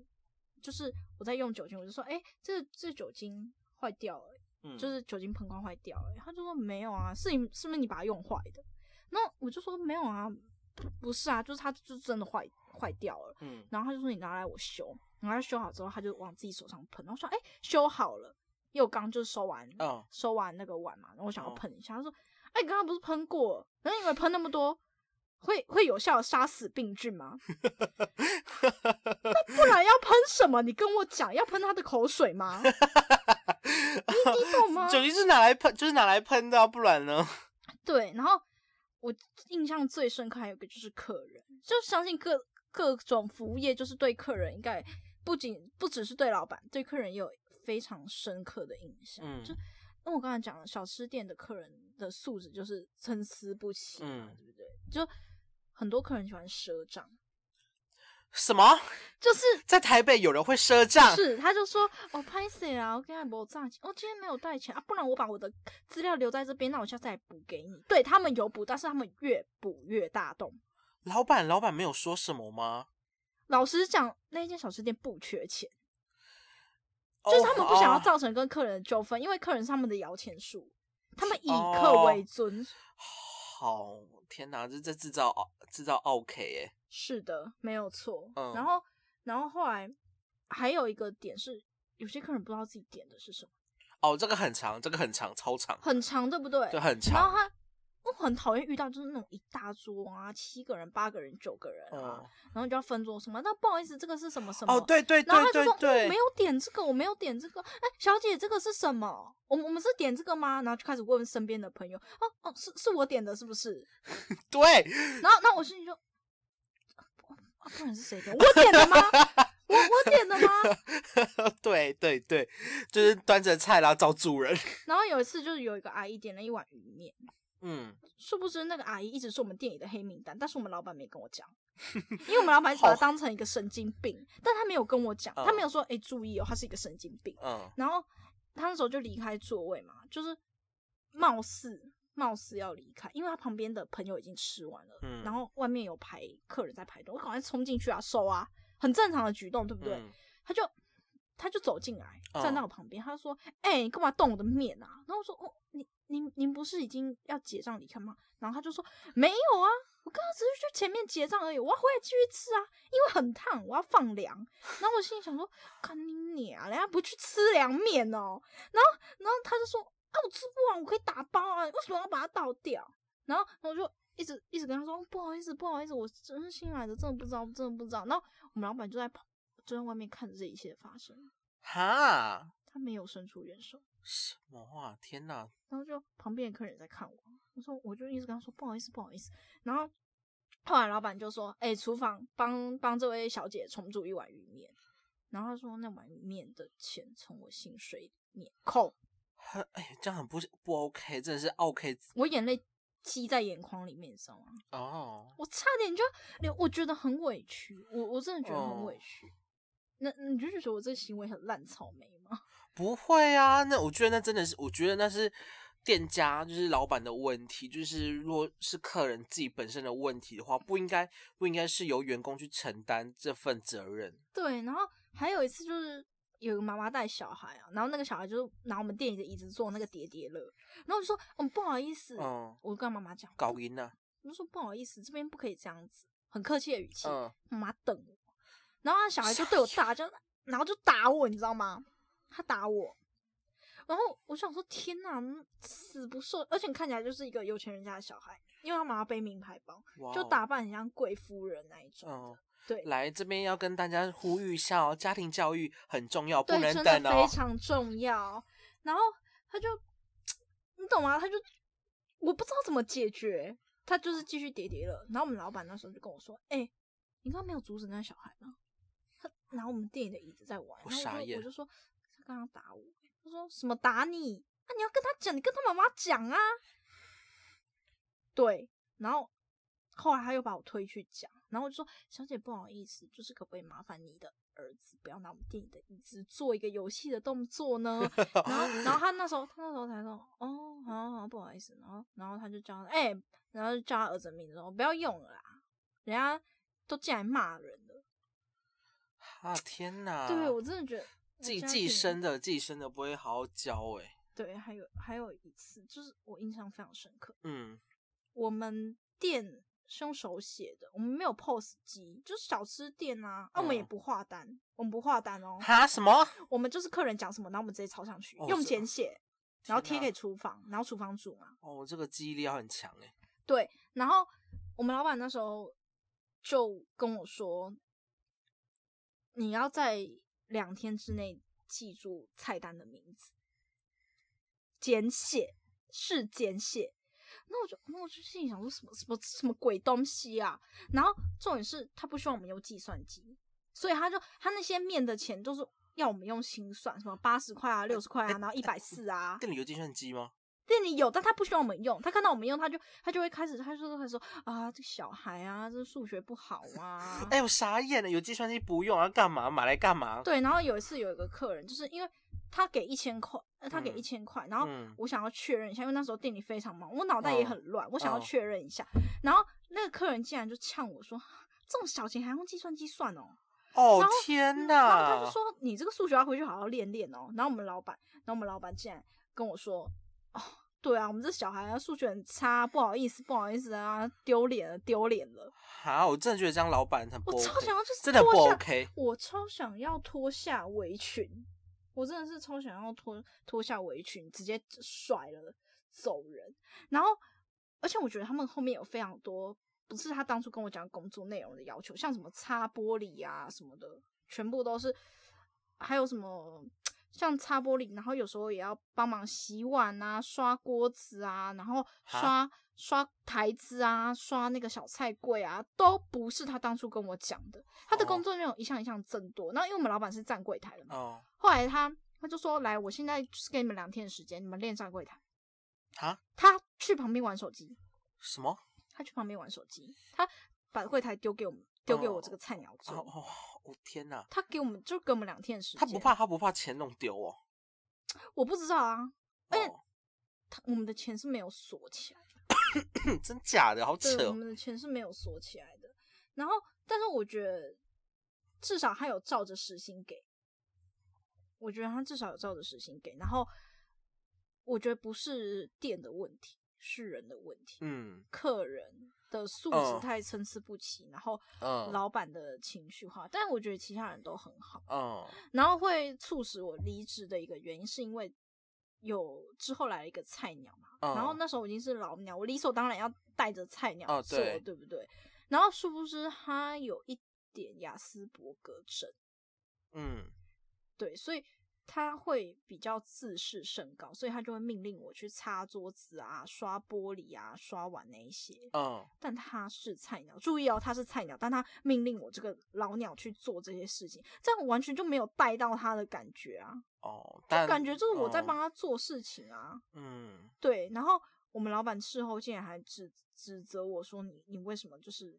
就是我在用酒精，我就说：“哎、这这酒精坏掉了。”
嗯，
就是酒精喷罐坏掉了、他就说没有啊，是你是不是你把它用坏的？然后我就说没有啊，不不是啊，就是它就是真的坏坏掉了。
嗯
然后他就说你拿来我修，然后他修好之后他就往自己手上喷，然后说哎、修好了，因为我刚就是收完、
嗯
收完那个碗嘛，然后我想要
哦
喷一下，他说哎、你刚刚不是喷过了，然后你以为喷那么多会会有效地杀死病菌吗？那不然要喷什么？你跟我讲，要喷他的口水吗？你你懂吗？
酒精是拿来喷，就是拿来喷的啊，不然呢？
对，然后我印象最深刻还有一个就是客人，就相信各各种服务业就是对客人应该不仅不只是对老板，对客人也有非常深刻的印象。
嗯
就因为我刚才讲了，小吃店的客人的素质就是参差不齐嘛，
嗯
对不对？就很多客人喜欢赊账，
什么？
就是。
在台北有人会赊账？
是，他就说哦，拍谁啊？我跟他没账钱，我、今天没有带钱啊，不然我把我的资料留在这边，那我下次来补给你。对他们有补，但是他们越补越大洞。
老板，老板没有说什么吗？
老实讲，那间小吃店不缺钱，
就
就是他们不
哦
想要造成跟客人的纠纷，因为客人是他们的摇钱树，他们以客为尊。
好，天哪，这这制造傲制造 OK 哎、
是的，没有错。
嗯
然后，然后后来还有一个点是，有些客人不知道自己点的是什么，
哦，这个很长，这个很长，超长，
很长，对不对？
对，很
然后
长。
他。我很讨厌遇到就是那种一大桌啊，七个人、八个人、九个人啊，
哦
然后你就要分桌什么。那不好意思，这个是什么什么？
哦，对对
然后
对
他就
对
说：“我
对，
没有点这个，我没有点这个。”哎，小姐，这个是什么？我们我们是点这个吗？然后就开始问身边的朋友：“哦哦，是是我点的，是不是
对，？”
然后那我心里就，啊、不然是谁点？我点的吗？我我点的吗？
对 对对，就是端着菜然后找主人。
然后有一次就是有一个阿姨点了一碗鱼面，
嗯，
殊不知那个阿姨一直是我们店里的黑名单，但是我们老板没跟我讲，因为我们老板一直把她当成一个神经病，但他没有跟我讲，他没有说：“哎，注意哦，她是一个神经病。”
嗯
然后他那时候就离开座位嘛，就是貌似貌似要离开，因为他旁边的朋友已经吃完了，
嗯
然后外面有排客人在排队，我赶快冲进去啊，收啊，很正常的举动，对不对？
嗯
他就他就走进来，
嗯
站到我旁边，他就说：“哎、你干嘛动我的面啊？”然后我说：“哦，您您您不是已经要结账离开吗？”然后他就说：“没有啊，我刚刚只是去前面结账而已，我要回来继续吃啊，因为很烫，我要放凉。”然后我心里想说：“看你娘，人家不去吃凉面哦。”然后然后他就说：“啊，我吃不完，我可以打包啊，你为什么要把它倒掉？”然后我就一直一直跟他说哦不好意思，不好意思，我真是新来的，真的不知道，真的不知道。然后我们老板就在旁就在外面看着这一切发生，
哈，
他没有伸出援手。
什么啊？天哪！
然后就旁边的客人也在看我，我说我就一直跟他说不好意思，不好意思。然后后来老板就说，哎、厨房帮帮这位小姐重煮一碗鱼面。然后他说那碗鱼面的钱从我薪水里面扣，
很哎，这样很不不 OK，真的是 OK
我眼泪积在眼眶里面，你知道吗？
哦。
我差点就连我觉得很委屈，我我真的觉得很委
哦
屈。那你就觉得我这个行为很烂草莓吗？
不会啊，那我觉得那真的是，我觉得那是店家就是老板的问题，就是如果是客人自己本身的问题的话，不应该不应该是由员工去承担这份责任。
对，然后还有一次就是有个妈妈带小孩啊，然后那个小孩就是拿我们店里的椅子做那个叠叠乐，然后我就说嗯不好意思，
嗯，
我跟妈妈讲，
搞赢了，
我就说不好意思，这边不可以这样子，很客气的语气，
嗯，
妈妈瞪我，然后那小孩就对我大叫，然后就打我，你知道吗？他打我，然后我想说天哪，嗯死不赦，而且你看起来就是一个有钱人家的小孩，因为他妈妈背名牌包，
哇
就
哦
打扮很像贵夫人那一种的。
嗯，
对
来这边要跟大家呼吁一下哦，家庭教育很重要，不
对，
能
真的
等
非
哦。
常重要。然后他就，你懂吗？他就我不知道怎么解决，他就是继续叠叠了。然后我们老板那时候就跟我说：“哎、你刚刚没有阻止那小孩吗？”他拿我们店里的椅子在玩，
我
然
傻
后我就
眼
我就说他刚刚打我，欸他说什么打你？那、你要跟他讲，你跟他妈妈讲啊。对，然后后来他又把我推去讲，然后我就说：“小姐，不好意思，就是可不可以麻烦你的儿子不要拿我们店里的椅子做一个游戏的动作呢？”然后，然后他那时候，他那时候才说：“哦，好好好，不好意思。”然后，然后他就叫他，哎、然后就叫他儿子的名字说：“不要用了啦，人家都进来骂人了。
啊天哪！
对我真的觉得我
自己
现在
自己
心里
生的，自己生的不会好好教哎、
对，还有还有一次，就是我印象非常深刻，
嗯，
我们店是用手写的，我们没有 POS 机，就是小吃店啊，啊，我们也
嗯
不画单，我们不画单哦，
哈什么？
我们就是客人讲什么，然后我们直接抄上去，
哦
用
是
简写，然后贴
天哪
给厨房，然后厨房煮嘛，
哦，这个记忆力要很强哎、
对，然后我们老板那时候就跟我说，你要在两天之内记住菜单的名字，简写是简写。那我就那我就心里想说什么什么什么鬼东西啊！然后重点是他不希望我们用计算机，所以他就他那些面的钱都是要我们用心算，什么八十块啊、六十块啊，然后一百四啊。
店里有计算机吗？
店里有，但他不希望我们用。他看到我们用，他就他就会开始，他就会说啊，这个小孩啊，这数学不好 啊。
哎、我傻眼了，有计算机不用啊，干嘛买来干嘛？
对，然后有一次有一个客人，就是因为他给一千块，呃他给
嗯
一千块，然后
嗯
我想要确认一下，因为那时候店里非常忙，我脑袋也
哦
很乱，我想要
哦
确认一下。然后那个客人竟然就呛我说， 这种小钱还用计算机算哦。
哦
然后嗯
天
然后
哪！
他就说：“你这个数学要回去好好练练哦。”然后我们老板，然后我们老板竟然跟我说：“哦，对啊，我们这小孩啊数学很差，不好意思，不好意思啊，丢脸了，丢脸了。
哈，我真的觉得这样老板很不
我
OK，
超想要就是
真的不
脱下
OK。
我超想要脱下围裙，我真的是超想要脱脱下围裙，直接甩了走人。然后，而且我觉得他们后面有非常多不是他当初跟我讲工作内容的要求，像什么擦玻璃啊什么的，全部都是，还有什么。像擦玻璃，然后有时候也要帮忙洗碗啊、刷锅子啊，然后刷刷台子啊、刷那个小菜柜啊，都不是他当初跟我讲的。他的
哦
工作内容一项一项增多。那因为我们老板是站柜台的嘛，
哦，
后来他他就说：“来，我现在就是给你们两天的时间，你们练站柜台。
哈”
他去旁边玩手机，
什么？
他去旁边玩手机，他把柜台丢给我们，丢给我
哦
这个菜鸟
哦
做。
哦，我、天哪！
他给我们就给我们两天的时间，
他不怕他不怕钱弄丢哦。
我不知道啊，而且
哦
他我们的钱是没有锁起来的，
嗯真假的，好扯
对，我
哦。
们的钱是没有锁起来的。然后，但是我觉得至少他有照着时薪给，我觉得他至少有照着时薪给，然后我觉得不是店的问题，是人的问题，
嗯
客人的素
嗯
质太参差不齐，然后
嗯
老板的情绪化，但我觉得其他人都很好，
嗯
然后会促使我离职的一个原因是因为有之后来了一个菜鸟嘛，
嗯，
然后那时候我已经是老鸟，我理所当然要带着菜鸟
哦
做，
对
对不对？然后殊不知他有一点雅斯伯格症。
嗯
对，所以他会比较自视甚高，所以他就会命令我去擦桌子啊、刷玻璃啊、刷碗那一些。
嗯
但他是菜鸟，注意哦，他是菜鸟，但他命令我这个老鸟去做这些事情，这样我完全就没有带到他的感觉啊，
哦，但
就感觉就是我在
嗯
帮他做事情啊。
嗯
对，然后我们老板事后竟然还指指责我说你你为什么就是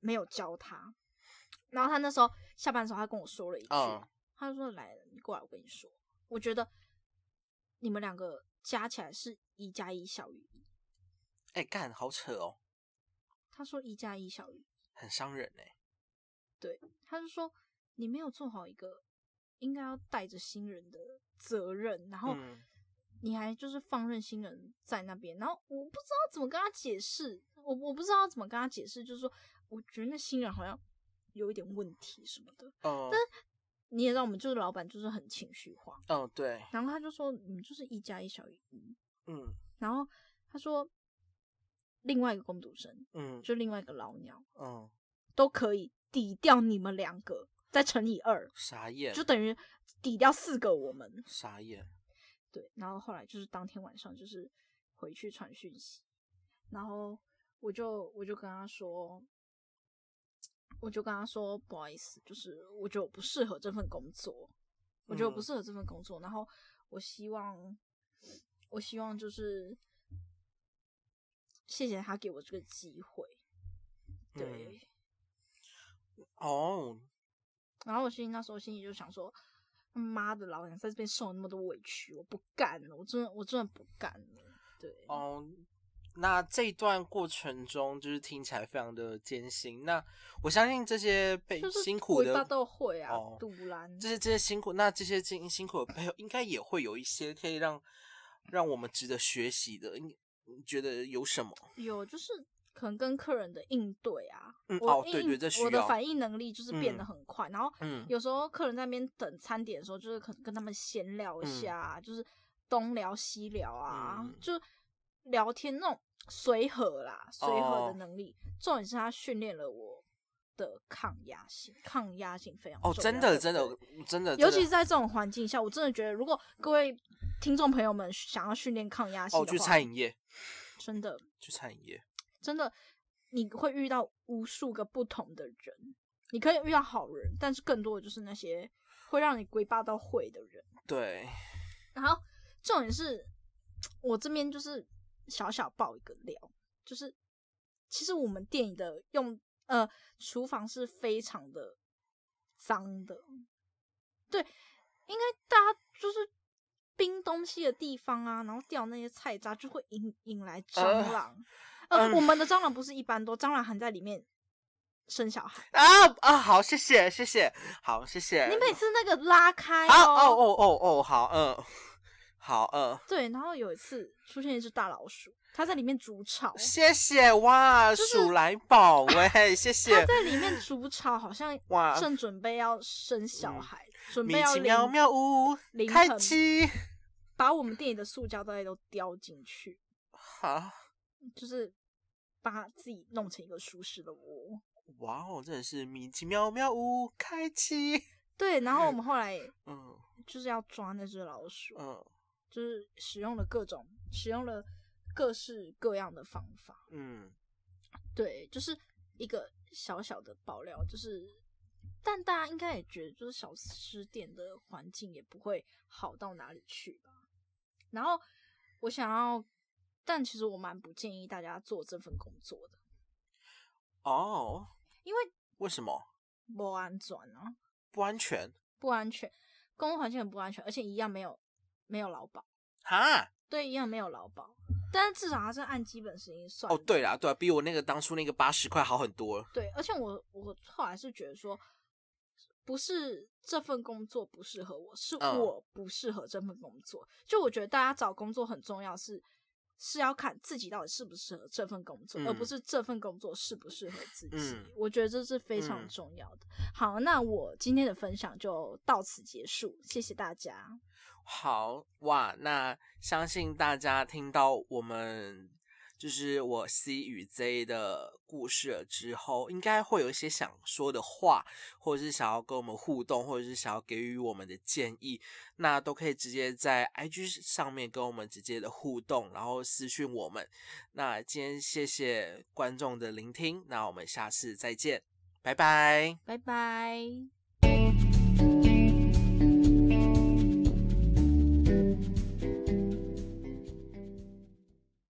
没有教他？然后他那时候下班的时候，他跟我说了一句，
嗯
他就说：“来，你过来，我跟你说，我觉得你们两个加起来是一加一小于一。
哎干好扯哦，”
他说：“一加一小于一。
很伤人哎，”
他就说：“你没有做好一个应该要带着新人的责任，然后
嗯
你还就是放任新人在那边，然后我不知道怎么跟他解释，我我不知道怎么跟他解释，就是说，我觉得那新人好像有一点问题什么的。
嗯
你也知道，我们就是老板就是很情绪化，
嗯对，
然后他就说：你们就是一加一小于一。”
嗯
然后他说，另外一个工读生，
嗯
就另外一个老鸟，
嗯，
都可以抵掉你们两个，再乘以二，
傻眼
就等于抵掉四个我们。
傻眼，
对，然后后来就是当天晚上就是回去传讯息，然后我就我就跟他说。我就跟他说，不好意思，就是我觉得我不适合这份工作，我觉得我不
嗯
适合这份工作。然后我希望，我希望就是谢谢他给我这个机会，对。
嗯哦，
然后我心里那时候心里就想说，妈的，老娘在这边受了那么多委屈，我不干了，我真的我真的不干了，对。
哦，那这段过程中就是听起来非常的艰辛。那我相信这些被
就是
辛苦
尾巴
的
都会啊
哦，
杜兰
这些这些辛苦，那这些辛辛苦的背后，应该也会有一些可以让让我们值得学习的。你你觉得有什么？
有就是可能跟客人的应对啊，
嗯
我
哦对对
应
这需
我的
要
反应能力就是变得
嗯
很快，然后
嗯
有时候客人在那边等餐点的时候，就是可能跟他们闲聊一
嗯
下啊、就是东聊西聊啊，
嗯
就聊天那种随和啦，随和
哦
的能力。重点是他训练了我的抗压性，抗压性非常
哦，
重
真
要
的
对
真
不
的
对
真的，真
尤其
的
是在这种环境下，我真的觉得，如果各位听众朋友们想要训练抗压性
哦，
的话，
去餐饮业，
真的
去餐饮业，
真的，你会遇到无数个不同的人，你可以遇到好人，但是更多的就是那些会让你鬼霸到会的人。
对，
然后重点是，我这边就是小小爆一个料，就是其实我们店里的用呃厨房是非常的脏的，对，应该大家就是冰东西的地方啊，然后掉那些菜渣就会引引来蟑
呃
螂。 呃，
嗯
我们的蟑螂不是一般多，蟑螂还在里面生小孩。
啊啊，好，谢谢谢谢，好谢谢。
你每次那个拉开
好啊哦哦哦哦，好，嗯，好，嗯。
对，然后有一次出现一只大老鼠，它在里面筑巢，
谢谢哇，
就是
鼠来宝喂，谢
它
谢
在里面筑巢，好像
哇
正准备要生小
嗯
孩，准备
米
要
奇
临
妙妙屋
临
开
盆
机，
把我们店里的塑胶袋都叼进去，
好
就是把自己弄成一个舒适的窝。
哇哦，真的是米奇妙妙屋开机，
对，然后我们后来
嗯
就是要抓那只老鼠，
嗯
就是使用了各种，使用了各式各样的方法。
嗯
对，就是一个小小的爆料，就是，但大家应该也觉得，就是小吃店的环境也不会好到哪里去吧。然后我想要，但其实我蛮不建议大家做这份工作的，
哦，
因为
为什么
不安全啊，
不安全
不安全，工作环境很不安全，而且一样没有没有劳保，
哈？
对，一样没有劳保，但是至少它是按基本时薪算
哦，
的
对啦对啦，比我那个当初那个八十块好很多了，
对，而且我我后来是觉得说，不是这份工作不适合我，是
嗯
我不适合这份工作。就我觉得大家找工作很重要是。是要看自己到底适不适合这份工作，而不
嗯
是这份工作适不适合自己。
嗯
我觉得这是非常
嗯
重要的。好，那我今天的分享就到此结束，谢谢大家。
好哇，那相信大家听到我们就是我 C 与 Z 的故事了之后，应该会有一些想说的话，或者是想要跟我们互动，或者是想要给予我们的建议，那都可以直接在 IG 上面跟我们直接的互动，然后私讯我们。那今天谢谢观众的聆听，那我们下次再见，拜拜。
拜拜。